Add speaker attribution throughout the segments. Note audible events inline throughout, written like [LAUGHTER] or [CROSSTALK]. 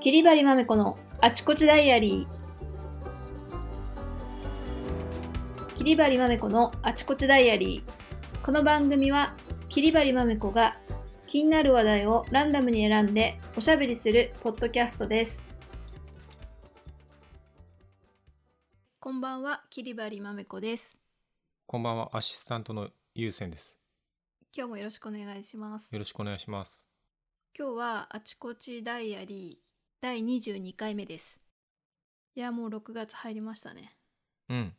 Speaker 1: キリバリマメコのあちこちダイアリー。キリバリマメコのあちこちダイアリー。この番組はキリバリマメコが気になる話題をランダムに選んでおしゃべりするポッドキャストです。こんばんは、キリバリマメコです。
Speaker 2: こんばんは、アシスタントのゆうせんです。
Speaker 1: 今日もよろしくお願いします。
Speaker 2: よろしくお願いします。
Speaker 1: 今日はあちこちダイアリー第22回目です。いや、もう6月入りましたね。
Speaker 2: うん。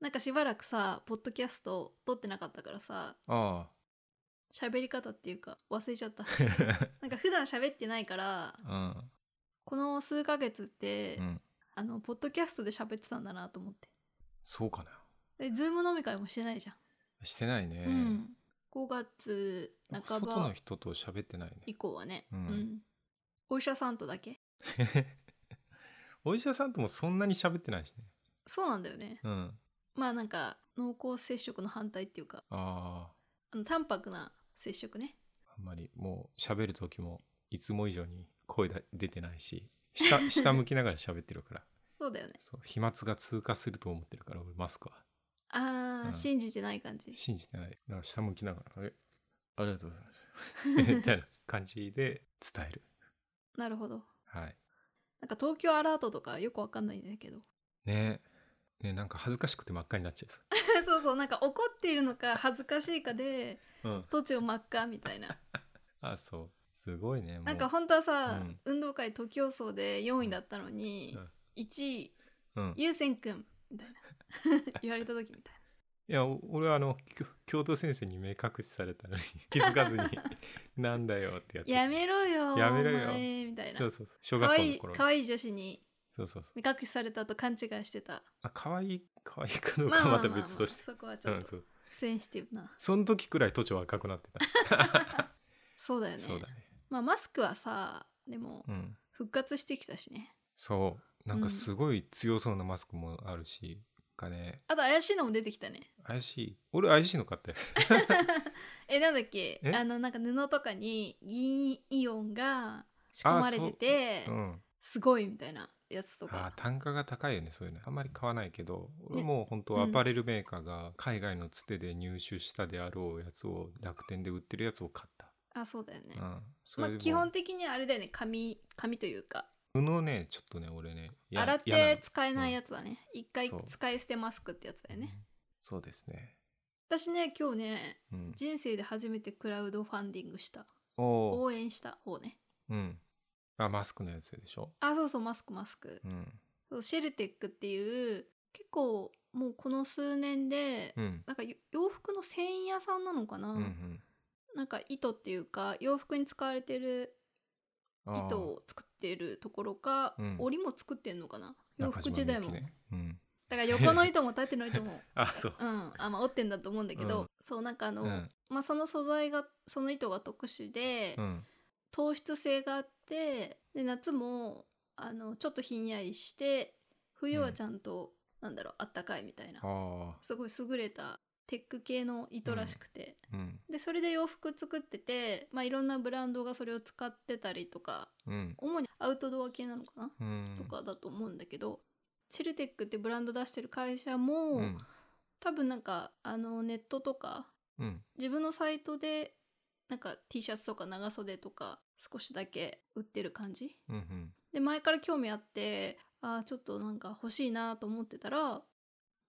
Speaker 1: なんかしばらくさ、ポッドキャスト撮ってなかったからさ、
Speaker 2: あ
Speaker 1: 喋り方っていうか忘れちゃ
Speaker 2: [LAUGHS]
Speaker 1: った。
Speaker 2: あ。
Speaker 1: なんか普段喋ってないから、
Speaker 2: うん。
Speaker 1: この数ヶ月って、
Speaker 2: うん。
Speaker 1: あの、ポッドキャストで喋ってたんだなと思って。
Speaker 2: そうかな。
Speaker 1: で、ズーム飲み会もしてないじゃん。
Speaker 2: してないね。
Speaker 1: うん。5月
Speaker 2: なん
Speaker 1: 半
Speaker 2: か外の
Speaker 1: ば
Speaker 2: 人と喋ってないね。
Speaker 1: 以降はね、
Speaker 2: うん
Speaker 1: お医者さんとだけ。
Speaker 2: [LAUGHS] お医者さんともそんなに喋ってないしね。
Speaker 1: そうなんだよね。
Speaker 2: うん。
Speaker 1: まあなんか、濃厚接触の反対っていうか、
Speaker 2: あ
Speaker 1: あの、淡白な接触ね。
Speaker 2: あ。あんまりもう喋る時もいつも以上に声だ出てないし、下下向きながら喋ってるから。
Speaker 1: そうだよね。
Speaker 2: そう。飛沫が通過すると思ってるから、俺マスクは。
Speaker 1: あー、
Speaker 2: うん
Speaker 1: 信じてない感じ。
Speaker 2: 信じてない。だから下向きながら、あれありがとうござい [LAUGHS] ます。みたいな感じで伝える。
Speaker 1: なるほど。
Speaker 2: はい。
Speaker 1: なんか東京アラートとかよくわかんないんだけど。 [LAUGHS]
Speaker 2: ねねなんか恥ずかしくて真っ赤になっちゃいそ
Speaker 1: そうそう、なんか怒っているのか恥ずかしいかで、
Speaker 2: う。うん。
Speaker 1: 途中真っ赤みたい
Speaker 2: [LAUGHS]
Speaker 1: な。
Speaker 2: あ、そう。すごいね。もう
Speaker 1: なんか本当はさ、
Speaker 2: うん
Speaker 1: 運動会徒競走で4位だったのに、
Speaker 2: うん
Speaker 1: 1位、
Speaker 2: うん。い
Speaker 1: 優先くんみ
Speaker 2: [LAUGHS]
Speaker 1: たいな。言われた時みたい
Speaker 2: や、お俺はあの、きょ教頭先生に目隠しされたのに [LAUGHS] 気づかずに、なんだよ [LAUGHS] ってやって
Speaker 1: な。やめろよ、
Speaker 2: やめろよ
Speaker 1: お前みたいな
Speaker 2: そう。そうそう。小
Speaker 1: か
Speaker 2: 学
Speaker 1: わ
Speaker 2: 校
Speaker 1: い
Speaker 2: の
Speaker 1: い、
Speaker 2: 頃。
Speaker 1: かわいい女子に
Speaker 2: そうそうそう。
Speaker 1: 目隠しされたと勘違いしてた。
Speaker 2: あ、可愛い、可愛いかどう
Speaker 1: まあ
Speaker 2: か
Speaker 1: まあ
Speaker 2: は
Speaker 1: まあ
Speaker 2: また
Speaker 1: まあ
Speaker 2: 別として。
Speaker 1: そこはち
Speaker 2: う
Speaker 1: ょっ
Speaker 2: ん、
Speaker 1: と
Speaker 2: そう。
Speaker 1: センシティブな。
Speaker 2: その時くらい都庁は赤くなってた。
Speaker 1: そうだよね。
Speaker 2: そうだね。
Speaker 1: まあマスクはさ、でも
Speaker 2: うん。
Speaker 1: 復活してきたしね。
Speaker 2: そう。なんかすごい強そうなマスクもあるし、なんかね、
Speaker 1: あと怪しいのも出てきたね。
Speaker 2: 怪しい。俺怪しいの買ったよ。
Speaker 1: えなんだっけ
Speaker 2: え
Speaker 1: あのなんか布とかに銀イオンが仕込まれてて、
Speaker 2: うん。
Speaker 1: すごいみたいなやつと
Speaker 2: ああ
Speaker 1: か
Speaker 2: 単価が高いよねそういうのあんまり買わないけど俺
Speaker 1: ね
Speaker 2: もう本
Speaker 1: うん
Speaker 2: 当アパレルメーカーが海外のつてで入手したであろうやつを楽天で売ってるやつを買った、
Speaker 1: あそうだよね、
Speaker 2: うん、そ
Speaker 1: まあ
Speaker 2: れでも
Speaker 1: 基本的にあれだよね紙紙というか
Speaker 2: 布ねちょっとね俺ねや
Speaker 1: 洗っ
Speaker 2: 嫌なの
Speaker 1: て使えないやつだね一、回
Speaker 2: そう
Speaker 1: 使い捨てマスクってやつだよ
Speaker 2: う
Speaker 1: ね
Speaker 2: んそうですね、
Speaker 1: 私ね今日ね
Speaker 2: うん、
Speaker 1: 人生で初めてクラウドファンディングした
Speaker 2: おお
Speaker 1: 応援した方ね
Speaker 2: うんあマスクのやつでしょ
Speaker 1: あそうそうマスクマスク
Speaker 2: う、ん
Speaker 1: そうシェルテックっていう結構もうこの数年で、
Speaker 2: うん
Speaker 1: なんかよ洋服の繊維屋さんなのかな、
Speaker 2: うんうん
Speaker 1: なんか糸っていうか洋服に使われてる
Speaker 2: あー
Speaker 1: 糸を作ってるところか、
Speaker 2: うん
Speaker 1: 織りも作ってんのかな洋
Speaker 2: 中
Speaker 1: 服
Speaker 2: 島
Speaker 1: 時代も、
Speaker 2: みゆきねうん
Speaker 1: だから横の糸も縦の糸も
Speaker 2: あそう
Speaker 1: うん [LAUGHS] あまあ織ってんだと思うんだけど、
Speaker 2: うん
Speaker 1: そうなんかあの、
Speaker 2: うん
Speaker 1: まあその素材がその糸が特殊で、
Speaker 2: うん
Speaker 1: 糖質性があってで夏もあのちょっとひんやりして冬はちゃんと、なんだろうあったかいみたいな
Speaker 2: ああ
Speaker 1: すごい優れたテック系の糸らしくて、
Speaker 2: うん
Speaker 1: でそれで洋服作ってて、まあ、いろんなブランドがそれを使ってたりとか
Speaker 2: うん
Speaker 1: 主にアウトドア系なのかな、
Speaker 2: うん
Speaker 1: とかだと思うんだけどチェルテックってブランド出してる会社も、
Speaker 2: うん
Speaker 1: 多分なんかあのネットとか
Speaker 2: うん
Speaker 1: 自分のサイトでなんか T シャツとか長袖とか少しだけ売ってる感じ
Speaker 2: うんうん
Speaker 1: で前から興味あってあーちょっとなんか欲しいなと思ってたら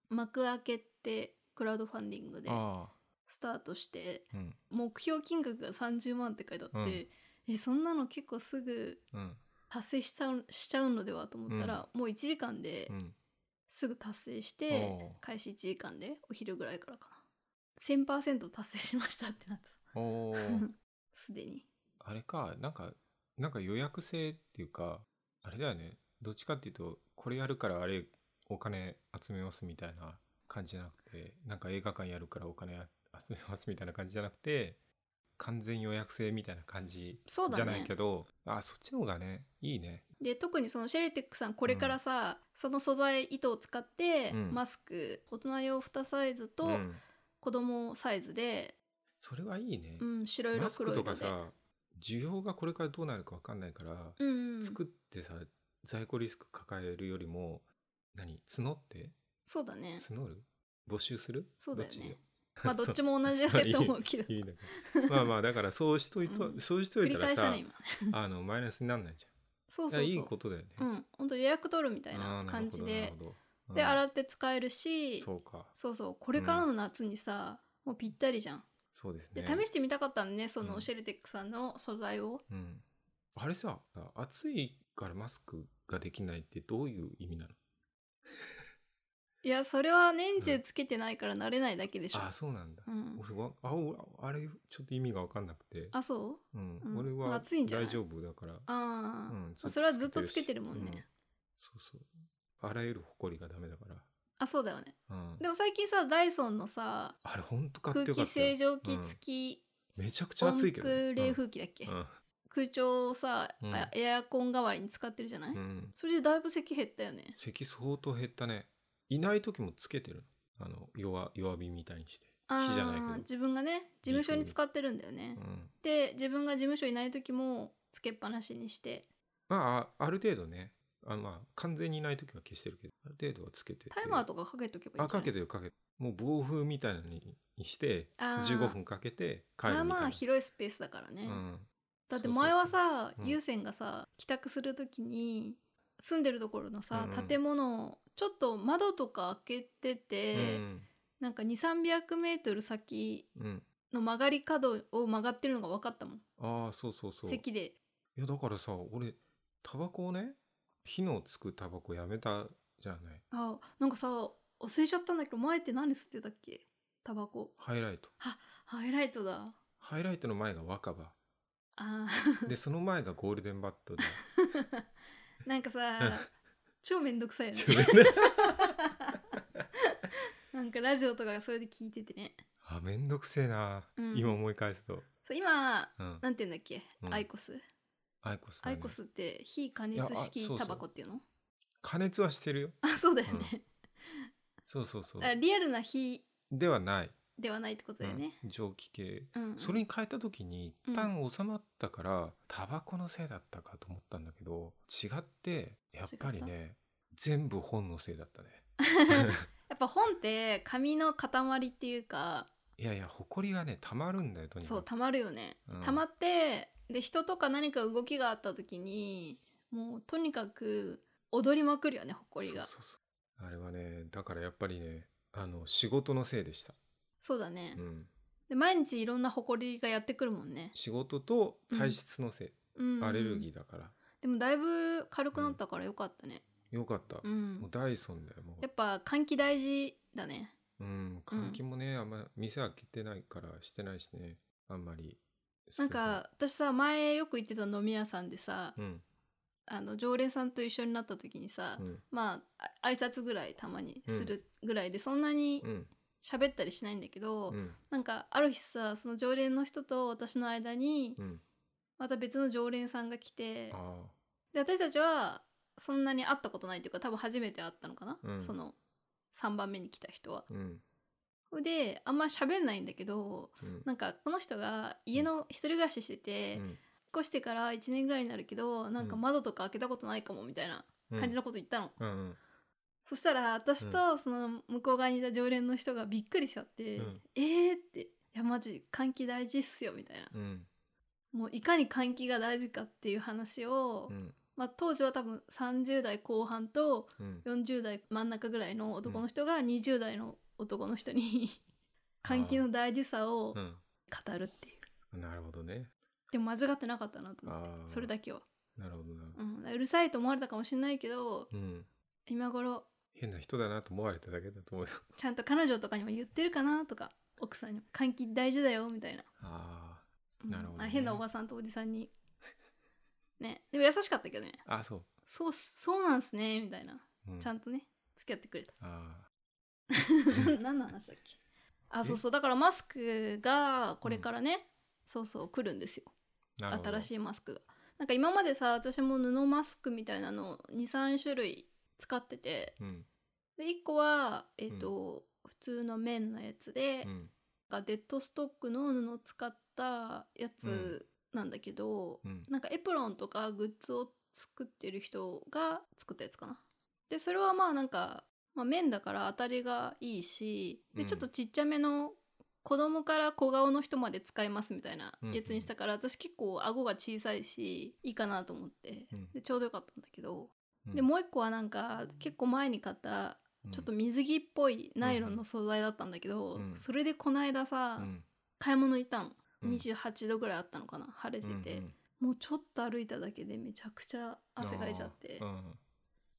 Speaker 1: 幕開けってクラウドファンディングで
Speaker 2: あ
Speaker 1: スタートして
Speaker 2: あうん
Speaker 1: 目標金額が30万って書いてあって、えそんなの結構すぐ
Speaker 2: うん
Speaker 1: 達成しちゃうしちゃうのではと思ったら、もう1時間で
Speaker 2: うん
Speaker 1: すぐ達成して、
Speaker 2: おう
Speaker 1: 開始1時間でお昼ぐらいからかな1000%達成しましたってなった
Speaker 2: おお
Speaker 1: すでに
Speaker 2: あれか、なんか、なんか予約制っていうか、あれだよね。どっちかっていうと、これやるからあれお金集めますみたいな感じじゃなくて、なんか映画館やるからお金集めますみたいな感じじゃなくて、完全予約制みたいな感じ
Speaker 1: そう
Speaker 2: じ
Speaker 1: だ
Speaker 2: ゃない
Speaker 1: ね
Speaker 2: けど、あ、そっちの方がね、いいね。
Speaker 1: で特にそのシェレテックさんこれからさ、その素材糸を使って、
Speaker 2: うん
Speaker 1: マスク大人用2サイズと
Speaker 2: うん
Speaker 1: 子供サイズで、
Speaker 2: それはいいね
Speaker 1: う。ん白色
Speaker 2: マスク
Speaker 1: 黒
Speaker 2: と
Speaker 1: 色
Speaker 2: か
Speaker 1: で
Speaker 2: さ、需要がこれからどうなるか分かんないから、
Speaker 1: うんうん、
Speaker 2: 作ってさ在庫リスク抱えるよりも何募って
Speaker 1: そうだ
Speaker 2: [LAUGHS]
Speaker 1: ね
Speaker 2: 募る募集する
Speaker 1: そうだよ
Speaker 2: どっち
Speaker 1: ねまあどっちも同じ
Speaker 2: そう
Speaker 1: だと思うけど
Speaker 2: いいんだけどまあまあだからそうしといと、
Speaker 1: うん
Speaker 2: そうしと
Speaker 1: 繰
Speaker 2: い
Speaker 1: り
Speaker 2: たら
Speaker 1: 返した
Speaker 2: さ
Speaker 1: ね、今
Speaker 2: あのマイナスになんないじ
Speaker 1: そう
Speaker 2: ゃん
Speaker 1: そうそう
Speaker 2: いやいいことだよね、
Speaker 1: うん本当予約取るみたいな
Speaker 2: あー
Speaker 1: 感じ
Speaker 2: なる
Speaker 1: で
Speaker 2: ほどなるほど
Speaker 1: で
Speaker 2: うん
Speaker 1: 洗って使えるし
Speaker 2: そうか
Speaker 1: そうそうこれからの夏にさ、もうぴったりじゃん
Speaker 2: そうです
Speaker 1: で、
Speaker 2: ね
Speaker 1: 試してみたかったんでねその
Speaker 2: うん
Speaker 1: シェルテックさんの素材を、
Speaker 2: うん、あれさ暑いからマスクができないってどういう意味なの
Speaker 1: いやそれは年中つけてないから慣れないだけでしょ、
Speaker 2: ああそうなんだ、
Speaker 1: うん
Speaker 2: 俺はあおあれちょっと意味が分かんなくて、
Speaker 1: あそう
Speaker 2: うん
Speaker 1: うん
Speaker 2: 俺は
Speaker 1: 暑いんじゃない
Speaker 2: 大丈夫だから
Speaker 1: ああ、
Speaker 2: うん
Speaker 1: まあそれはずっとつけてるもんね、
Speaker 2: うんそうそうあらゆる埃がダメだから、
Speaker 1: あそうだよね
Speaker 2: うん、
Speaker 1: でも最近さダイソンのさ
Speaker 2: あれほんと買っ
Speaker 1: 空
Speaker 2: てよか
Speaker 1: 気
Speaker 2: ったよ
Speaker 1: 清浄機付き
Speaker 2: めちゃくちゃ
Speaker 1: 温
Speaker 2: 暑いけどね、
Speaker 1: 風冷風機だっけ、
Speaker 2: うん
Speaker 1: 空調をさ、
Speaker 2: うん
Speaker 1: あエアコン代わりに使ってるじゃない、
Speaker 2: うんうん
Speaker 1: それでだいぶ咳減ったよね
Speaker 2: 咳相当減ったねいない時もつけてるあの弱弱火みたいにして
Speaker 1: あ
Speaker 2: 火じゃな
Speaker 1: ー
Speaker 2: いけど、
Speaker 1: 自分がね事務所に使ってるんだよね、
Speaker 2: うん、
Speaker 1: で自分が事務所いない時もつけっぱなしにして
Speaker 2: まああある程度ねあまあ完全にいない時は消してるけどある程度はつけてて
Speaker 1: タイマーとかかけとけばいい
Speaker 2: あ
Speaker 1: んじゃ
Speaker 2: か
Speaker 1: ない
Speaker 2: けてるかけてるもう暴風みたいなのにして
Speaker 1: あー
Speaker 2: 15分かけて
Speaker 1: ま
Speaker 2: 帰るみた
Speaker 1: あ
Speaker 2: いな
Speaker 1: まあ広いスペースだからね、
Speaker 2: うん、
Speaker 1: だって前はさ
Speaker 2: そうそうそううん
Speaker 1: 優先がさ帰宅する時に住んでるところのさ、
Speaker 2: うんうん
Speaker 1: 建物ちょっと窓とか開けてて、なんか2 3 0 0メートル先
Speaker 2: うんうん
Speaker 1: の曲がり角を曲がってるのが分かったもん
Speaker 2: ああそうそうそう
Speaker 1: 席で
Speaker 2: いやだからさ俺タバコをね火のつくタバコやめたじゃない
Speaker 1: あなんかさ忘れちゃったんだけど前って何吸ってたっけタバコ
Speaker 2: ハイライト
Speaker 1: ハイライトだ
Speaker 2: ハイライトの前が若葉
Speaker 1: あ [LAUGHS]
Speaker 2: でその前がゴールデンバットで
Speaker 1: ー [LAUGHS] なんかさ超めんどくさいよね
Speaker 2: 自分で
Speaker 1: なんかラジオとかそれで聞いててね
Speaker 2: あめんどくせえな、
Speaker 1: うん
Speaker 2: 今思い返すと、
Speaker 1: そう今
Speaker 2: うん、
Speaker 1: なんて言うんだっけ、
Speaker 2: うん
Speaker 1: アイコス
Speaker 2: アイコス、ね、
Speaker 1: アイコスって非加熱式タバコっていうの
Speaker 2: 加熱はしてるよ
Speaker 1: あそうだよね、
Speaker 2: そうそうそう
Speaker 1: あリアルな火
Speaker 2: ではない、
Speaker 1: ではないってことだよね、
Speaker 2: うん蒸気系、
Speaker 1: うんうん
Speaker 2: それに変えた時に一旦収まったから、タバコのせいだったかと思ったんだけど違ってやっぱりね全部本のせいだったね
Speaker 1: やっぱ本って紙の塊っていうか
Speaker 2: いやいや埃がねたまるんだよとにか
Speaker 1: そう
Speaker 2: く
Speaker 1: たまるよね、
Speaker 2: うん
Speaker 1: たまってで人とか何か動きがあった時にもうとにかく踊りまくるよねほこりが
Speaker 2: そうそうそうあれはねだからやっぱりねあの仕事のせいでした、
Speaker 1: そうだね、
Speaker 2: うん、
Speaker 1: で毎日いろんなほこりがやってくるもんね、
Speaker 2: 仕事と体質のせい、
Speaker 1: うん、
Speaker 2: アレルギーだから
Speaker 1: でもだいぶ軽くなったからよかったね
Speaker 2: よかった、
Speaker 1: うん、
Speaker 2: もうダイソンだよもう
Speaker 1: やっぱ換気大事だね
Speaker 2: うん、換気もね、あんま店開けてないからしてないしねあんまり
Speaker 1: なんか私さ前よく行ってた飲み屋さんでさ、
Speaker 2: すごいうん
Speaker 1: あの常連さんと一緒になった時にさ、
Speaker 2: うん
Speaker 1: まああ挨拶ぐらいたまにするぐらいで、そんなに
Speaker 2: うん
Speaker 1: 喋ったりしないんだけど、
Speaker 2: うん
Speaker 1: なんかある日さその常連の人と私の間に
Speaker 2: うん
Speaker 1: また別の常連さんが来て、
Speaker 2: ああ
Speaker 1: で私たちはそんなに会ったことないっていうか多分初めて会ったのかな、
Speaker 2: うん
Speaker 1: その3番目に来た人は。
Speaker 2: うん
Speaker 1: であんま喋んないんだけど
Speaker 2: うん
Speaker 1: なんかこの人が家の一人暮らししてて、引っ越してから1年ぐらいになるけどなんか
Speaker 2: うん
Speaker 1: 窓とか開けたことないかもみたいな
Speaker 2: うん
Speaker 1: 感じのこと言ったの、
Speaker 2: うんうん
Speaker 1: そしたら私とその向こう側にいた常連の人がびっくりしちゃって「
Speaker 2: うん
Speaker 1: えー?」って「いやマジ換気大事っすよ」みたいな、
Speaker 2: うん
Speaker 1: もういかに換気が大事かっていう話を、
Speaker 2: うん
Speaker 1: まあ、当時は多分30代後半と
Speaker 2: うん
Speaker 1: 40代真ん中ぐらいの男の人が20代の男の人に換気の大事さを
Speaker 2: う
Speaker 1: 語るっていう、
Speaker 2: んなるほどね
Speaker 1: でも間違ってなかったなと思って
Speaker 2: あー
Speaker 1: それだけは、
Speaker 2: なるほどな
Speaker 1: うん、うるさいと思われたかもしれないけど
Speaker 2: うん
Speaker 1: 今頃
Speaker 2: 変な人だなと思われただけだと思うよ
Speaker 1: ちゃんと彼女とかにも言ってるかなとか奥さんにも換気大事だよみたいな,
Speaker 2: あ
Speaker 1: うん、
Speaker 2: なるほどね
Speaker 1: あ変なおばさんとおじさんにねでも優しかったけどね
Speaker 2: ああそ
Speaker 1: そうっすそうなんすねみたいな
Speaker 2: う、うん、
Speaker 1: ちゃんとね付き合ってくれた
Speaker 2: あ [LAUGHS]
Speaker 1: 何の話だっけあそうそうだからマスクがこれからね、そうそう来るんですよ
Speaker 2: あなるほど
Speaker 1: 新しいマスクがなんか今までさ私も布マスクみたいなの23種類使ってて
Speaker 2: うん
Speaker 1: で1個はえっ、と、普通の綿のやつで、
Speaker 2: うん
Speaker 1: がデッドストックの布を使ったやつなんだけど、
Speaker 2: うん
Speaker 1: なんかエプロンとかグッズを作ってる人が作ったやつかな。でそれはまあなんか、まあ、綿だから当たりがいいしで
Speaker 2: うん
Speaker 1: ちょっとちっちゃめの子供から小顔の人まで使いますみたいな
Speaker 2: うんうん
Speaker 1: やつにしたから、私結構顎が小さいしいいかなと思って
Speaker 2: うん
Speaker 1: でちょうどよかったんだけど、
Speaker 2: うん
Speaker 1: でもう一個はなんか結構前に買ったちょっと水着っぽいナイロンの素材だったんだけど、
Speaker 2: うん
Speaker 1: それでこの間さ、
Speaker 2: うん
Speaker 1: 買い物行ったの
Speaker 2: うん
Speaker 1: 28度ぐらいあったのかな晴れてて、
Speaker 2: うんうん
Speaker 1: もうちょっと歩いただけでめちゃくちゃ汗かいちゃって、
Speaker 2: あーうん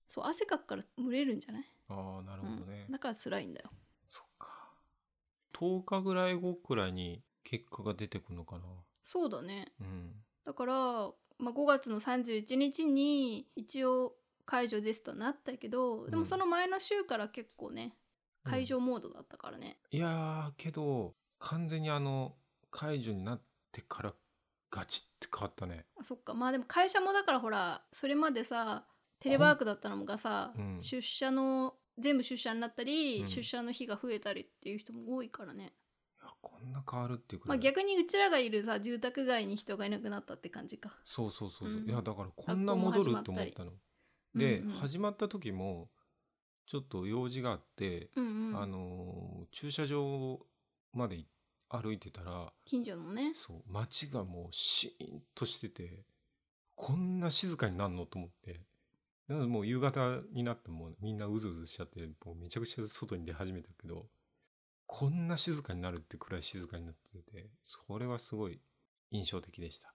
Speaker 1: そう汗かくから蒸れるんじゃない、
Speaker 2: あーなるほどね、
Speaker 1: うんだから辛いんだよ
Speaker 2: そっか10日ぐらい後くらいに結果が出てくるのかな
Speaker 1: そうだね
Speaker 2: うん
Speaker 1: だから、まあ、5月の31日に一応解除ですとはなったけどで
Speaker 2: う
Speaker 1: も
Speaker 2: ん
Speaker 1: その前の週から結構ね解除モードだったからね、
Speaker 2: いやーけど完全にあの解除になってからガチって変わったね
Speaker 1: あそっかまあでも会社もだからほらそれまでさテレワークだったのがさ、
Speaker 2: うん
Speaker 1: 出社の全部出社になったり、
Speaker 2: うん
Speaker 1: 出社の日が増えたりっていう人も多いからね、
Speaker 2: いやこんな変わるっていうく
Speaker 1: ま
Speaker 2: ら
Speaker 1: あ、
Speaker 2: い、
Speaker 1: 逆にうちらがいるさ住宅街に人がいなくなったって感じか
Speaker 2: そうそうそうそう、
Speaker 1: うん
Speaker 2: いやだからこんな戻ると思ったので、
Speaker 1: うんうん
Speaker 2: 始まった時もちょっと用事があって、
Speaker 1: うんうん
Speaker 2: あのー駐車場まで歩いてたら
Speaker 1: 近所のね
Speaker 2: そう街がもうシーンとしててこんな静かになんのと思ってなのでもう夕方になってもうみんなうずうずしちゃってもうめちゃくちゃ外に出始めたけどこんな静かになるってくらい静かになっててそれはすごい印象的でした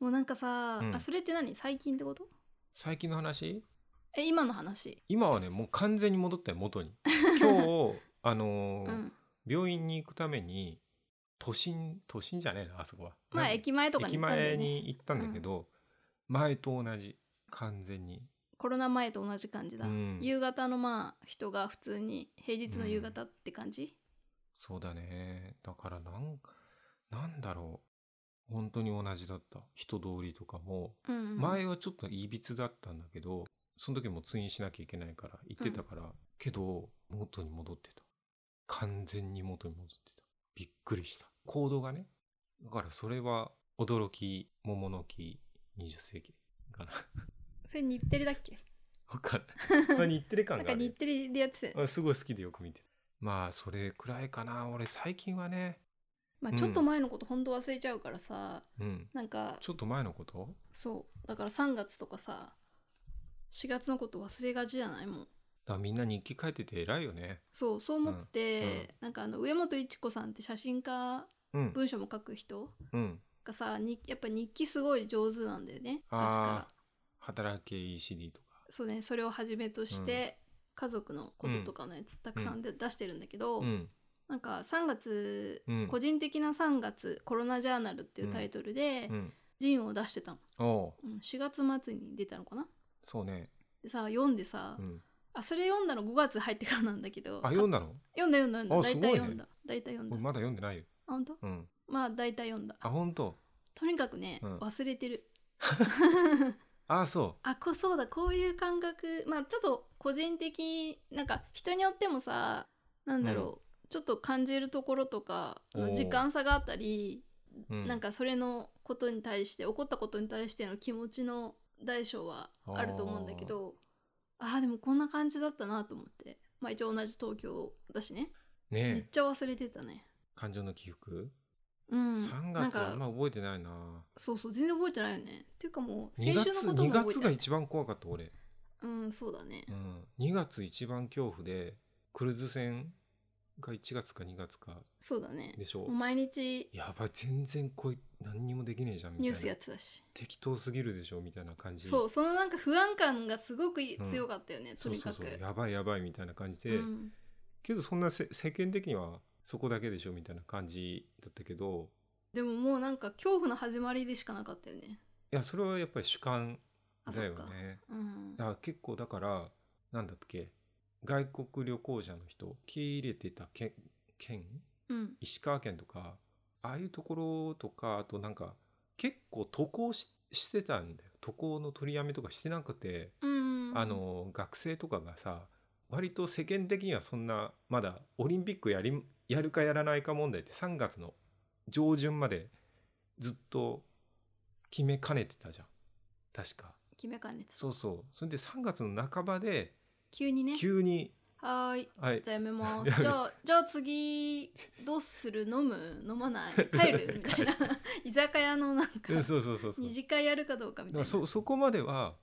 Speaker 1: もうなんかさ、
Speaker 2: うん
Speaker 1: あそれって何最近ってこと
Speaker 2: 最近の話
Speaker 1: え今の話
Speaker 2: 今はねもう完全に戻ったよ
Speaker 1: [LAUGHS]
Speaker 2: 元に今日あの
Speaker 1: う
Speaker 2: ー
Speaker 1: ん
Speaker 2: 病院に行くために都心都心じゃねえなあそこは
Speaker 1: ま
Speaker 2: な
Speaker 1: あ
Speaker 2: んだ
Speaker 1: 駅前とかに行
Speaker 2: 駅
Speaker 1: ったんだ
Speaker 2: 前
Speaker 1: よね
Speaker 2: に行ったんだけど、前と同じ完全に、
Speaker 1: コロナ前と同じ感じだ、
Speaker 2: うん
Speaker 1: 夕方のまあ人が普通に平日の夕方って感じ、
Speaker 2: そうだねだからなんなんだろう本当に同じだった人通りとかも、
Speaker 1: うんうん
Speaker 2: 前はちょっといびつだったんだけどその時も通院しなきゃいけないから行ってたから、けど元に戻ってた完全に元に戻ってたびっくりした行動がねだからそれは驚き桃の木20世紀かな
Speaker 1: それ日テレだっけ
Speaker 2: わか
Speaker 1: [LAUGHS]
Speaker 2: んないまあ日テレ感
Speaker 1: なん
Speaker 2: が
Speaker 1: か
Speaker 2: あるよ
Speaker 1: 日テレでやってたよね
Speaker 2: あすごい好きでよく見てたまあそれくらいかな俺最近はね
Speaker 1: まあ、
Speaker 2: うん
Speaker 1: ちょっと前のこと本当忘れちゃうからさ、
Speaker 2: うん
Speaker 1: なんか
Speaker 2: ちょっと前のこと
Speaker 1: そうだから3月とかさ4月のこと忘れがちじゃないもん
Speaker 2: だからみんな日記書いてて偉いよね
Speaker 1: そうそう思って、
Speaker 2: うんうん
Speaker 1: なんかあの上本一子さんって写真家
Speaker 2: うん
Speaker 1: 文章も書く人
Speaker 2: うん
Speaker 1: がさにやっぱ日記すごい上手なんだよね昔から
Speaker 2: あー働け ECD とか
Speaker 1: そうねそれをはじめとして、家族のこととかのやつたくさんで、出してるんだけど、
Speaker 2: うん
Speaker 1: なんか3月、
Speaker 2: うん
Speaker 1: 個人的な3月コロナジャーナルっていうタイトルで、
Speaker 2: うん
Speaker 1: ジンを出してたの、
Speaker 2: おう
Speaker 1: うん、4月末に出たのかな
Speaker 2: そうね、
Speaker 1: でさ読んでさ、
Speaker 2: うん、
Speaker 1: あそれ読んだの5月入ってからなんだけど
Speaker 2: あ読ん
Speaker 1: だ
Speaker 2: だの
Speaker 1: 読んだ読んだ読んだ
Speaker 2: あ
Speaker 1: 大
Speaker 2: すご
Speaker 1: 体
Speaker 2: いね
Speaker 1: 読んだ大体読んだ、
Speaker 2: 俺まだ読んでないよ、
Speaker 1: あ本当
Speaker 2: うん、
Speaker 1: まあ大体読んだ
Speaker 2: あ本当
Speaker 1: とにかくね、
Speaker 2: うん
Speaker 1: 忘れてる
Speaker 2: あそ
Speaker 1: あこそうだこういう感覚まあちょっと個人的なんか人によってもさなんだろう、ちょっと感じるところとかあ
Speaker 2: お
Speaker 1: の
Speaker 2: ー
Speaker 1: 時間差があったり、
Speaker 2: う、うん、
Speaker 1: なんかそれのことに対して起こったことに対しての気持ちの大小はあると思うんだけどああーでもこんな感じだったなと思ってまあ一応同じ東京だしねめっ
Speaker 2: ねえ
Speaker 1: ちゃ忘れてたね
Speaker 2: 感情の起伏、
Speaker 1: うん
Speaker 2: 3
Speaker 1: なん
Speaker 2: 月はあ
Speaker 1: か
Speaker 2: んま覚えてないな
Speaker 1: そうそう全然覚えてないよねっていうかもう
Speaker 2: 2
Speaker 1: 先週の
Speaker 2: 月
Speaker 1: こと
Speaker 2: 2
Speaker 1: も覚え
Speaker 2: 月
Speaker 1: て
Speaker 2: が
Speaker 1: ない
Speaker 2: 一番怖かった俺、
Speaker 1: うんそうだね
Speaker 2: うん、2月一番恐怖でクルーズ船が1月か2月か
Speaker 1: そうだね
Speaker 2: でしょ
Speaker 1: もう毎日
Speaker 2: やばい全然こい何にもできねえじゃんみたいな
Speaker 1: ニュースやってたし
Speaker 2: 適当すぎるでしょみたいな感じ
Speaker 1: そうそのなんか不安感がすごくい強かったよね、と
Speaker 2: そう
Speaker 1: に
Speaker 2: そ
Speaker 1: か
Speaker 2: う
Speaker 1: く
Speaker 2: そうやばいやばいみたいな感じ
Speaker 1: う
Speaker 2: で、
Speaker 1: ん
Speaker 2: けどそんなせ世間的にはそこだけでしょみたいな感じだったけど
Speaker 1: でももうなんか恐怖の始まりでしかなかったよね
Speaker 2: いやそれはやっぱり主観
Speaker 1: あ
Speaker 2: だ
Speaker 1: そ
Speaker 2: よ
Speaker 1: っか、
Speaker 2: ね
Speaker 1: うん
Speaker 2: だから結構だからなんだっけ外国旅行者の人受け入れてた県県
Speaker 1: うん
Speaker 2: 石川県とかああいうところとかあとなんか結構渡航ししてたんだよ渡航の取りやめとかしてなくて
Speaker 1: うん
Speaker 2: あの学生とかがさ割と世間的にはそんなまだオリンピックやりやるかやらないか問題って3月の上旬までずっと決めかねてたじゃん確か
Speaker 1: 決めかねてた
Speaker 2: そうそうそれで3月の半ばで
Speaker 1: 急にね
Speaker 2: 急に、
Speaker 1: はーい
Speaker 2: はい
Speaker 1: じゃあやめ
Speaker 2: [LAUGHS]
Speaker 1: ますじゃあじゃあ次どうする飲む飲ま
Speaker 2: [LAUGHS]
Speaker 1: ない帰るみたいな居酒屋のなんか
Speaker 2: うんそうそうそうそう
Speaker 1: 二次会やるかどうかみ
Speaker 2: だ
Speaker 1: た
Speaker 2: か
Speaker 1: い
Speaker 2: ら
Speaker 1: な
Speaker 2: そそこまでは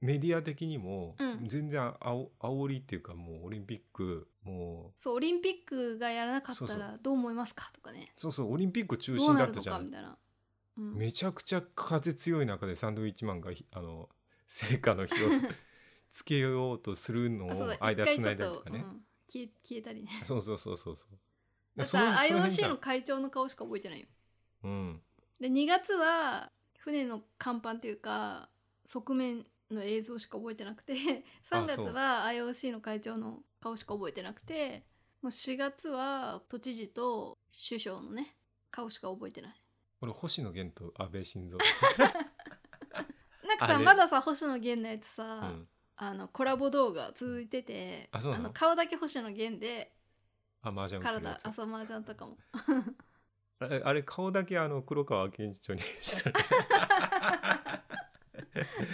Speaker 2: メディア的にも
Speaker 1: うん
Speaker 2: 全然あお煽りっていうかもうオリンピックもう
Speaker 1: そうオリンピックがやらなかった
Speaker 2: そう
Speaker 1: らどう思いますかとかね
Speaker 2: そうそうオリンピック中
Speaker 1: どう
Speaker 2: 心
Speaker 1: な
Speaker 2: だっ
Speaker 1: る
Speaker 2: た
Speaker 1: の
Speaker 2: じゃ
Speaker 1: か
Speaker 2: ん
Speaker 1: みたいな、うん
Speaker 2: めちゃくちゃ風強い中でサンドウィッチマンがひあの成果の火
Speaker 1: [LAUGHS]
Speaker 2: をつけようとするのを
Speaker 1: あそうだ一
Speaker 2: 間
Speaker 1: 回ち
Speaker 2: つな
Speaker 1: ょっ
Speaker 2: いだりと
Speaker 1: と、
Speaker 2: か
Speaker 1: う
Speaker 2: ね、
Speaker 1: ん消え消えたりね
Speaker 2: そうそうそうそうそう
Speaker 1: だ
Speaker 2: そ
Speaker 1: か
Speaker 2: の
Speaker 1: らさ
Speaker 2: その辺
Speaker 1: IOC
Speaker 2: が
Speaker 1: の会長の顔しか覚えてないよ
Speaker 2: うん
Speaker 1: で2月は船の甲板というか側面の映像しか覚えてなくて [LAUGHS] 3月は IOC の会長の顔しか覚えてなくてもう4月は都知事と首相のね顔しか覚えてない
Speaker 2: これ星野源と安倍晋三
Speaker 1: なんかさ
Speaker 2: あれ
Speaker 1: まださ星野源のやつさ、
Speaker 2: うん
Speaker 1: あのコラボ動画続いてて
Speaker 2: あそうなの
Speaker 1: の顔だけ星野源で
Speaker 2: あ麻雀打ってるや
Speaker 1: 体
Speaker 2: つ
Speaker 1: 朝麻雀とかも
Speaker 2: あれあれ顔だけあの黒川明一長にしたら
Speaker 1: [LAUGHS]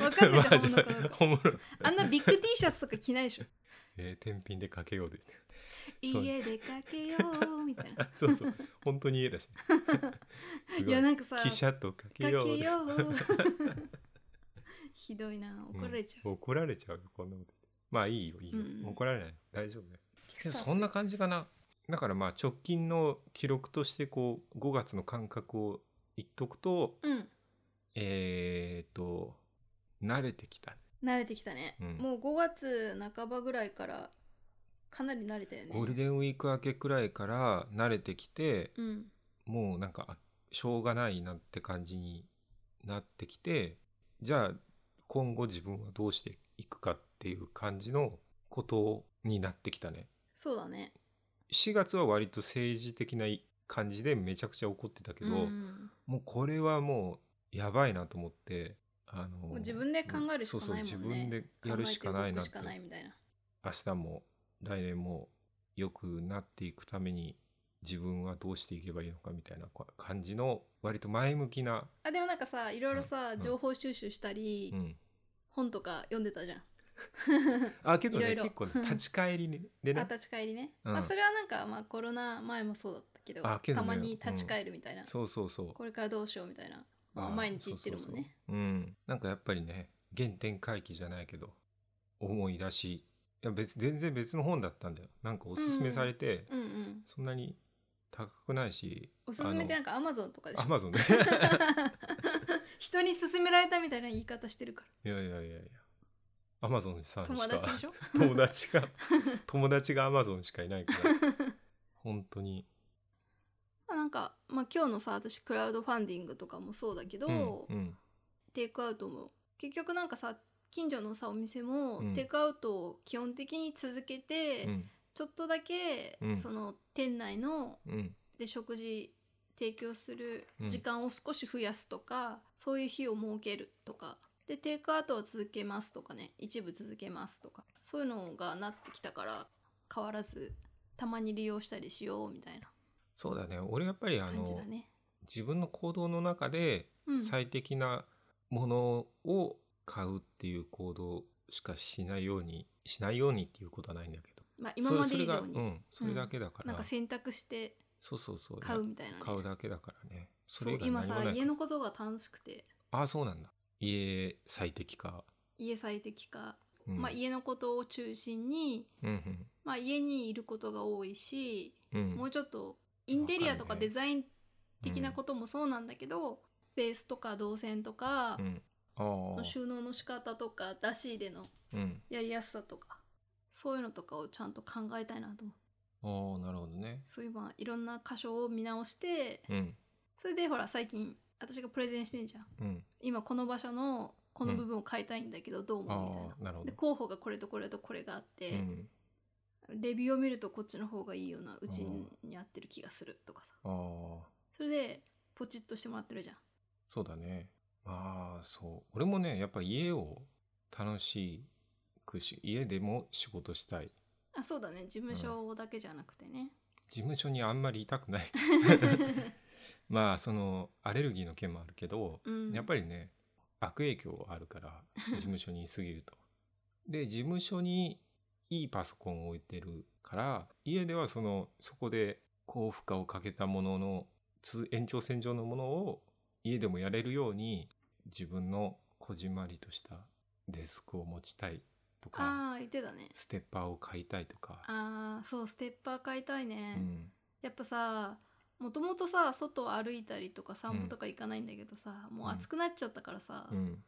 Speaker 1: わかんないじゃん
Speaker 2: [LAUGHS]
Speaker 1: 本物
Speaker 2: 麻雀
Speaker 1: かどうか
Speaker 2: 本物
Speaker 1: あんなビッグ T シャツとか着ないでしょ
Speaker 2: えー、天品でかけようで [LAUGHS] そう
Speaker 1: 家出かけようみたいな
Speaker 2: そ
Speaker 1: [LAUGHS]
Speaker 2: うそう本当に家だし、す
Speaker 1: い
Speaker 2: ごい
Speaker 1: やなんかさ
Speaker 2: 汽車とかけ
Speaker 1: かけ
Speaker 2: よ
Speaker 1: よ
Speaker 2: うで [LAUGHS]
Speaker 1: うひどいな怒られちゃう、
Speaker 2: ん怒られちゃうよこんなこと言ってまあいいよいいよ、
Speaker 1: うんうん
Speaker 2: 怒られない大丈夫だよ
Speaker 1: さ
Speaker 2: でもそんな感じかなだからまあ直近の記録としてこう5月の感覚を言っとくと
Speaker 1: うん
Speaker 2: えー、と慣れてきた
Speaker 1: 慣れてきたね、
Speaker 2: うん
Speaker 1: もう5月半ばぐらいからかなり慣れたよね
Speaker 2: ゴールデンウィーク明けくらいから慣れてきて、
Speaker 1: うん
Speaker 2: もうなんかあしょうがないなって感じになってきてじゃあ今後自分はどうしていくかっていう感じのことになってきたね
Speaker 1: そうだね
Speaker 2: 4月は割と政治的ない感じでめちゃくちゃ怒ってたけど、
Speaker 1: うん
Speaker 2: もうこれはもうやばいなと思ってあの
Speaker 1: もう自分で考えるしかないもんね
Speaker 2: そうそう自分でやるしかないな
Speaker 1: 考え動くし
Speaker 2: って
Speaker 1: かないみたいな
Speaker 2: 明日も来年も良くなっていくために自分はどうしていけばいいのかみたいなこ感じの割と前向きな、
Speaker 1: あでもなんかさいろいろさ、
Speaker 2: うん
Speaker 1: 情報収集したり、
Speaker 2: うん、
Speaker 1: 本とか読んでたじゃん、
Speaker 2: あけどね
Speaker 1: いろいろ
Speaker 2: 結構ね立ち返りで
Speaker 1: あ
Speaker 2: ね
Speaker 1: 立ち返りね、
Speaker 2: うん
Speaker 1: まあそれはなんかまあコロナ前もそうだったけど
Speaker 2: あけど
Speaker 1: た
Speaker 2: ね
Speaker 1: まに立ち返るみたいな、
Speaker 2: そうそうそう
Speaker 1: これからどうしようみたいな、まあ、
Speaker 2: あ
Speaker 1: 毎日言ってるもんね
Speaker 2: そうそうそううんなんかやっぱりね原点回帰じゃないけど思い出しいや別全然別の本だったんだよなんかおすすめされて、
Speaker 1: うんうん
Speaker 2: そんなに高くないし
Speaker 1: おすすめってなんかアマゾンとかでしょ
Speaker 2: アマゾンね
Speaker 1: [LAUGHS] 人に勧められたみたいな言い方してるか
Speaker 2: いやいやいやいやアマゾンさ
Speaker 1: ら
Speaker 2: んし
Speaker 1: 友
Speaker 2: か
Speaker 1: 達でしょ
Speaker 2: 友達が友達がアマゾンしかいないから本当に
Speaker 1: あなんか、まあ、今日のさ私クラウドファンディングとかもそうだけど、
Speaker 2: うんうん
Speaker 1: テイクアウトも結局なんかさ近所のさお店も、
Speaker 2: うん
Speaker 1: テイクアウトを基本的に続けて、
Speaker 2: うん
Speaker 1: ちょっとだけ、
Speaker 2: うん
Speaker 1: その店内の
Speaker 2: うん
Speaker 1: で食事提供する
Speaker 2: うん
Speaker 1: 時間を少し増やすとか、そういう日を設けるとかでテイクアウトは続けますとかね一部続けますとかそういうのがなってきたから変わらずたまに利用したりしようみたい
Speaker 2: そうだね俺やっぱり
Speaker 1: な
Speaker 2: あ
Speaker 1: 感
Speaker 2: の、
Speaker 1: じだね。
Speaker 2: 自分の行動の中で
Speaker 1: うん、
Speaker 2: 最適なものを買うっていう行動しかしないようにしないようにっていうことはないんだけど
Speaker 1: まあ、今ま
Speaker 2: そ
Speaker 1: で
Speaker 2: れ
Speaker 1: 以
Speaker 2: それ
Speaker 1: 上
Speaker 2: が
Speaker 1: に、
Speaker 2: うん、それだけだから、
Speaker 1: なんか選択して
Speaker 2: そうそうそう
Speaker 1: 買うみたいな、ね、
Speaker 2: 買うだけだからねそ
Speaker 1: そう
Speaker 2: れ以外
Speaker 1: 今
Speaker 2: 何も
Speaker 1: さ
Speaker 2: ない
Speaker 1: 家のことが楽しくて
Speaker 2: ああそうなんだ家最適化、
Speaker 1: 家最適化、
Speaker 2: うん、
Speaker 1: まあ、家のことを中心に、
Speaker 2: うん
Speaker 1: まあ、家にいることが多いし、
Speaker 2: うんうん
Speaker 1: もうちょっとインテリアとか
Speaker 2: わかるね
Speaker 1: デザイン的なこともそうなんだけど、ベースとか動線とか
Speaker 2: う、んあー
Speaker 1: の収納の仕方とか出し入れの
Speaker 2: うん
Speaker 1: やりやすさとかそういうのとかをちゃんと考えたいなと思う
Speaker 2: ああなるほどね
Speaker 1: そういえばいろんな箇所を見直して
Speaker 2: うん
Speaker 1: それでほら最近私がプレゼンしてんじゃん
Speaker 2: うん
Speaker 1: 今この場所のこの部分を変えたいんだけどどう
Speaker 2: あ
Speaker 1: 思うみたいな。
Speaker 2: あなるほ
Speaker 1: で
Speaker 2: ど
Speaker 1: 候補がこれとこれとこれがあっ
Speaker 2: う
Speaker 1: て、
Speaker 2: ん、
Speaker 1: レビューを見るとこっちの方がいいようなうちに合ってる気がするとかさ
Speaker 2: ああ
Speaker 1: それでポチッとしてもらってるじゃん
Speaker 2: そうだねまあそう俺もねやっぱ家を楽しくし家でも仕事したい
Speaker 1: あ [LAUGHS] そうだね事務所だけじゃなくてね、
Speaker 2: 事務所にあんまりいたくないまあそのアレルギーの件もあるけど、
Speaker 1: うん、
Speaker 2: やっぱりね悪影響あるから
Speaker 1: [LAUGHS]
Speaker 2: 事務所に居すぎると。で事務所にいいパソコンを置いてるから家ではそのそこで高負荷をかけたもののつ延長線上のものを家でもやれるように自分のこじんまりとしたデスクを持ちたいとか
Speaker 1: ああ言ってたね
Speaker 2: ステッパーを買いたいとか。
Speaker 1: ああそうステッパー買いたいね、
Speaker 2: うん
Speaker 1: やっぱさもともとさ外を歩いたりとか散歩とか行かないんだけどさ、もう暑くなっちゃったからさ、
Speaker 2: う
Speaker 1: 行
Speaker 2: ん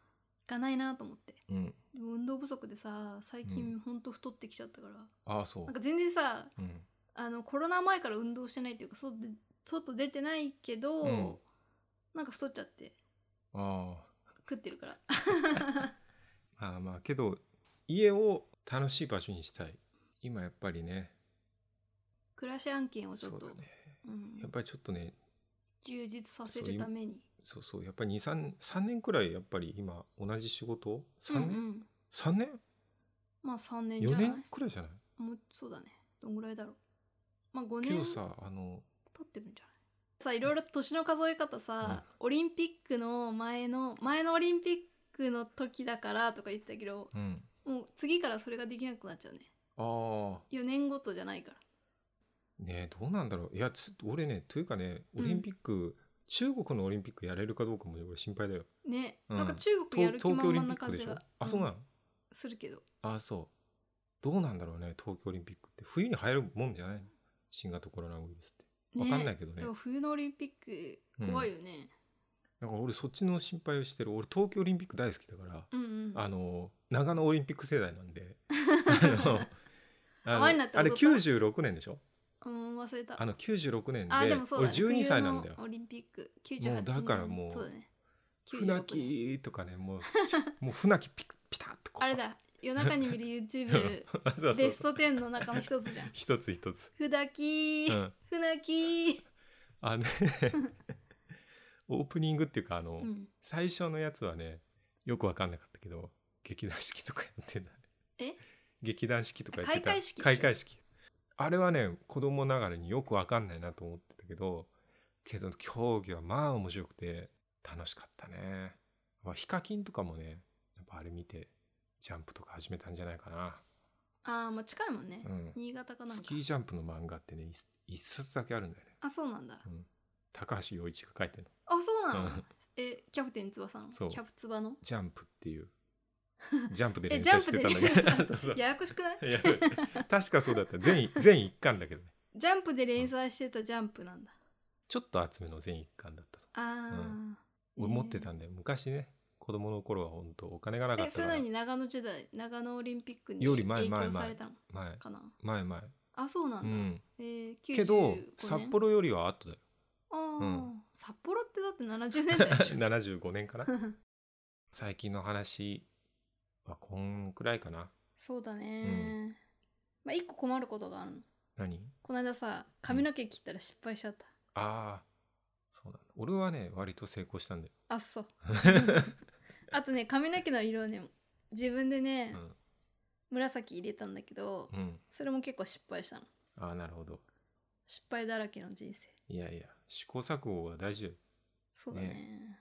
Speaker 1: かないなと思って
Speaker 2: うん、
Speaker 1: でも運動不足でさ最
Speaker 2: う
Speaker 1: 近ほんと太ってきちゃったから、
Speaker 2: ああそう
Speaker 1: なんか全然さ
Speaker 2: うん
Speaker 1: あのコロナ前から運動してないっていうか外で外出てないけど、
Speaker 2: うん
Speaker 1: なんか太っちゃって
Speaker 2: ああ
Speaker 1: 食ってるから [LAUGHS]
Speaker 2: まあまあけど家を楽しい場所にしたい今やっぱりね
Speaker 1: 暮らし案件をち
Speaker 2: そ
Speaker 1: ょっ
Speaker 2: う
Speaker 1: と
Speaker 2: だね
Speaker 1: うん
Speaker 2: やっぱりちょっとね
Speaker 1: 充実させ
Speaker 2: そう
Speaker 1: る
Speaker 2: い
Speaker 1: ために
Speaker 2: そうそうやっぱり23年くらいやっぱり今同じ仕事3年、
Speaker 1: うんうん、
Speaker 2: 3年
Speaker 1: まあ3年じゃ
Speaker 2: 4
Speaker 1: ない
Speaker 2: 年くらいじゃない
Speaker 1: もうそうだねどんぐらいだろうまあ5
Speaker 2: け
Speaker 1: 年
Speaker 2: ど
Speaker 1: 経
Speaker 2: さあの
Speaker 1: ってるんじゃないさあいろいろ年の数え方さ、オリンピックの前の前のオリンピックの時だからとか言ってたけど
Speaker 2: うん
Speaker 1: もう次からそれができなくなっちゃうね
Speaker 2: ああ
Speaker 1: 4年ごとじゃないから
Speaker 2: ねどうなんだろういやちょっと俺ねというかねオリンピック、中国のオリンピックやれるかどうかも俺心配だよ
Speaker 1: ね、
Speaker 2: うん
Speaker 1: なんか中国や
Speaker 2: 東
Speaker 1: る気
Speaker 2: 東京
Speaker 1: 満
Speaker 2: オリ
Speaker 1: 々
Speaker 2: ンピ
Speaker 1: な
Speaker 2: ック
Speaker 1: 感
Speaker 2: で
Speaker 1: じ
Speaker 2: しょ
Speaker 1: が
Speaker 2: あそうなの、
Speaker 1: うんするけど
Speaker 2: あそうどうなんだろうね東京オリンピックって冬に流行るもんじゃないの新型コロナウイルスってわかんないけどね
Speaker 1: だから冬のオリンピック怖いよね、
Speaker 2: だから俺そっちの心配をしてる俺東京オリンピック大好きだから、
Speaker 1: うん、うん
Speaker 2: あの長野オリンピック世代なん
Speaker 1: [LAUGHS]
Speaker 2: であのあの
Speaker 1: 泡になって
Speaker 2: あれ
Speaker 1: 踊った
Speaker 2: 96年でしょ
Speaker 1: うん忘れた
Speaker 2: あの96年で
Speaker 1: あでもそうだ、
Speaker 2: 俺
Speaker 1: ね、
Speaker 2: 12歳なんだよ
Speaker 1: 冬のオリンピック98
Speaker 2: もうだからもう
Speaker 1: そうだね
Speaker 2: 船
Speaker 1: 96年
Speaker 2: 木とかねもうもう船木ピクピタッとこう
Speaker 1: あれだ夜中に見る YouTube
Speaker 2: [LAUGHS] そうそ
Speaker 1: ベ
Speaker 2: う
Speaker 1: ス
Speaker 2: そう
Speaker 1: ト10の中の一つじ
Speaker 2: [LAUGHS]
Speaker 1: ゃん
Speaker 2: 一つ一つ、
Speaker 1: 船木、
Speaker 2: うん、
Speaker 1: 船木、
Speaker 2: あ
Speaker 1: [LAUGHS]
Speaker 2: のねオープニングっていうかあの、
Speaker 1: うん、
Speaker 2: 最初のやつはねよくわかんなかったけど劇団式とかやってない
Speaker 1: え
Speaker 2: 劇団式とかやってた
Speaker 1: 開会式でしょ
Speaker 2: 開会式あれはね子供ながらによくわかんないなと思ってたけどけど競技はまあ面白くて楽しかったねまあヒカキンとかもねやっぱあれ見てジャンプとか始めたんじゃないかな、
Speaker 1: ああまあ近いもんね、
Speaker 2: うん、
Speaker 1: 新潟かなん
Speaker 2: ス
Speaker 1: か
Speaker 2: キージャンプの漫画ってね一一冊だけあるんだよね、
Speaker 1: あそうなんだ
Speaker 2: うん、高橋陽一が書いてるの
Speaker 1: あそうなの、
Speaker 2: うん
Speaker 1: えキャプテン翼の
Speaker 2: そう
Speaker 1: キャプツバの
Speaker 2: ジャンプっ
Speaker 1: [LAUGHS]
Speaker 2: ていうジャンプで
Speaker 1: え
Speaker 2: 連
Speaker 1: ジャ
Speaker 2: 載
Speaker 1: ン
Speaker 2: し
Speaker 1: プ
Speaker 2: て
Speaker 1: で
Speaker 2: たんだけど [LAUGHS] そうそう
Speaker 1: ややこしくない
Speaker 2: いや確かそうだった全全一巻だけどね
Speaker 1: ジャンプで連載してたジャンプなんだ
Speaker 2: ちょっと厚めの全一巻だったと
Speaker 1: ああ、
Speaker 2: 思う俺持って
Speaker 1: え
Speaker 2: たんで昔ね子供の頃は本当お金がなか
Speaker 1: ー
Speaker 2: っ
Speaker 1: え
Speaker 2: た
Speaker 1: そ
Speaker 2: か
Speaker 1: れ
Speaker 2: ら
Speaker 1: なのに長野時代長野オリンピックに
Speaker 2: より前
Speaker 1: 影響
Speaker 2: 前前
Speaker 1: されたの
Speaker 2: 前
Speaker 1: かな
Speaker 2: 前前
Speaker 1: あそうなん
Speaker 2: う
Speaker 1: だ、
Speaker 2: ん
Speaker 1: えー、95
Speaker 2: けど
Speaker 1: 年
Speaker 2: 札幌よりは
Speaker 1: [LAUGHS]
Speaker 2: 後だよ
Speaker 1: あー、
Speaker 2: うん
Speaker 1: 札幌ってだって70年代でしょ
Speaker 2: 75年かな最近の話はこんくらいかな
Speaker 1: そうだね、
Speaker 2: う
Speaker 1: まあ一個困ることがあるの
Speaker 2: 何
Speaker 1: この間さ髪の毛切ったら失敗しちゃった、
Speaker 2: ああそうなんだ俺はね割と成功したんだよ、
Speaker 1: あっそうあとね髪の毛の色をね自分でね、
Speaker 2: うん
Speaker 1: 紫入れたんだけど
Speaker 2: うん、
Speaker 1: それも結構失敗したの
Speaker 2: ああなるほど
Speaker 1: 失敗だらけの人生
Speaker 2: いやいや試行錯誤は大事よ
Speaker 1: そうだね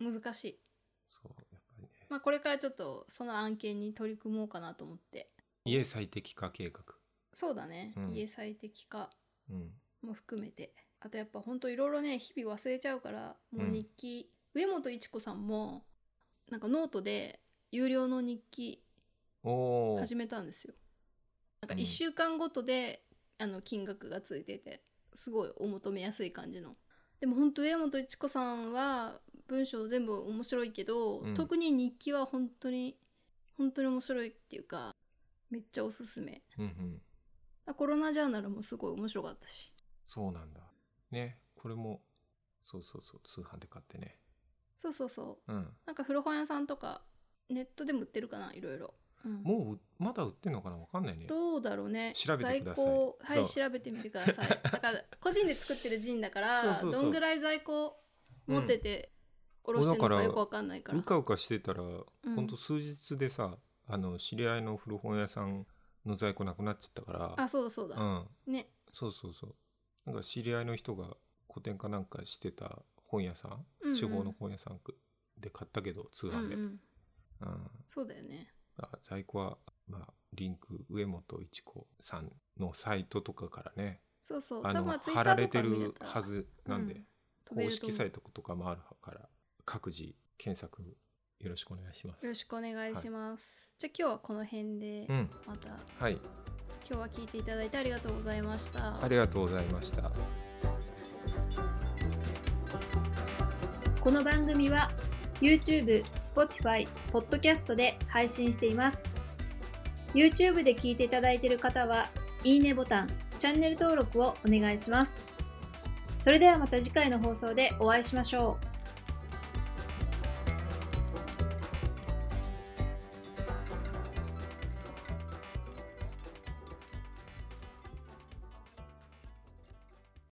Speaker 1: 難しい
Speaker 2: そうやっぱりね
Speaker 1: まあこれからちょっとその案件に取り組もうかなと思って
Speaker 2: 家最適化計画
Speaker 1: そうだね、
Speaker 2: うん
Speaker 1: 家最適化
Speaker 2: うん
Speaker 1: も含めてあとやっぱほんといろいろね日々忘れちゃうからもう日記、上本一子さんもなんかノートで有料の日記
Speaker 2: おお
Speaker 1: 始めたんですよなん
Speaker 2: うん
Speaker 1: か1週間ごとで、あの金額がついててすごいお求めやすい感じのでもほんと上本一子さんは文章全部面白いけど、
Speaker 2: うん
Speaker 1: 特に日記は本当に本当に面白いっていうかめっちゃおすすめ
Speaker 2: うんうん
Speaker 1: コロナジャーナルもすごい面白かったし
Speaker 2: そうなんだねこれもそうそうそう通販で買ってね
Speaker 1: そうそうそう
Speaker 2: うん
Speaker 1: なんか古本屋さんとかネットでも売ってるかないろいろ、うん
Speaker 2: もうまだ売ってんのかなわかんないね
Speaker 1: どうだろうね
Speaker 2: 調べてくださ
Speaker 1: 在
Speaker 2: い
Speaker 1: 庫は
Speaker 2: そう
Speaker 1: い調べてみてくだ
Speaker 2: [LAUGHS]
Speaker 1: さいだから個人で作ってるジンだから
Speaker 2: そうそうそう
Speaker 1: どんぐらい在庫持ってておろしてるの
Speaker 2: だか
Speaker 1: からよくわかんないから
Speaker 2: うかうかしてたら、
Speaker 1: ん
Speaker 2: ほんと数日でさあの知り合いの古本屋さんの在庫なくなっちゃったから
Speaker 1: あそうだそうだ、
Speaker 2: うん
Speaker 1: ね
Speaker 2: そうそうそうなんか知り合いの人が個展かなんかしてた本屋さん、
Speaker 1: うんうん
Speaker 2: 地方の本屋さんで買ったけど通
Speaker 1: うんう
Speaker 2: 販で、うん
Speaker 1: んそうだよね
Speaker 2: あ在庫は、まあ、リンク上本一子さんのサイトとかからね
Speaker 1: そうそう
Speaker 2: あ
Speaker 1: 多
Speaker 2: の
Speaker 1: 分ツイッ
Speaker 2: 貼
Speaker 1: タ
Speaker 2: ら
Speaker 1: ー
Speaker 2: れ
Speaker 1: とか
Speaker 2: て
Speaker 1: 見れ
Speaker 2: る
Speaker 1: たら
Speaker 2: はずなんで、
Speaker 1: うん飛べる
Speaker 2: 公
Speaker 1: と
Speaker 2: 式
Speaker 1: 思う
Speaker 2: サイトとかもあるから各自検索よろしくお願いします。
Speaker 1: よろしくお願いします、じゃあ今日はこの辺で、
Speaker 2: うん、
Speaker 1: また今
Speaker 2: はい、
Speaker 1: 日は聞いていただいてありがとうございました
Speaker 2: ありがとうございました。
Speaker 3: この番組は YouTube、Spotify、Podcast で配信しています。YouTube で聞いていただいている方は、いいねボタン、チャンネル登録をお願いします。それではまた次回の放送でお会いしましょう。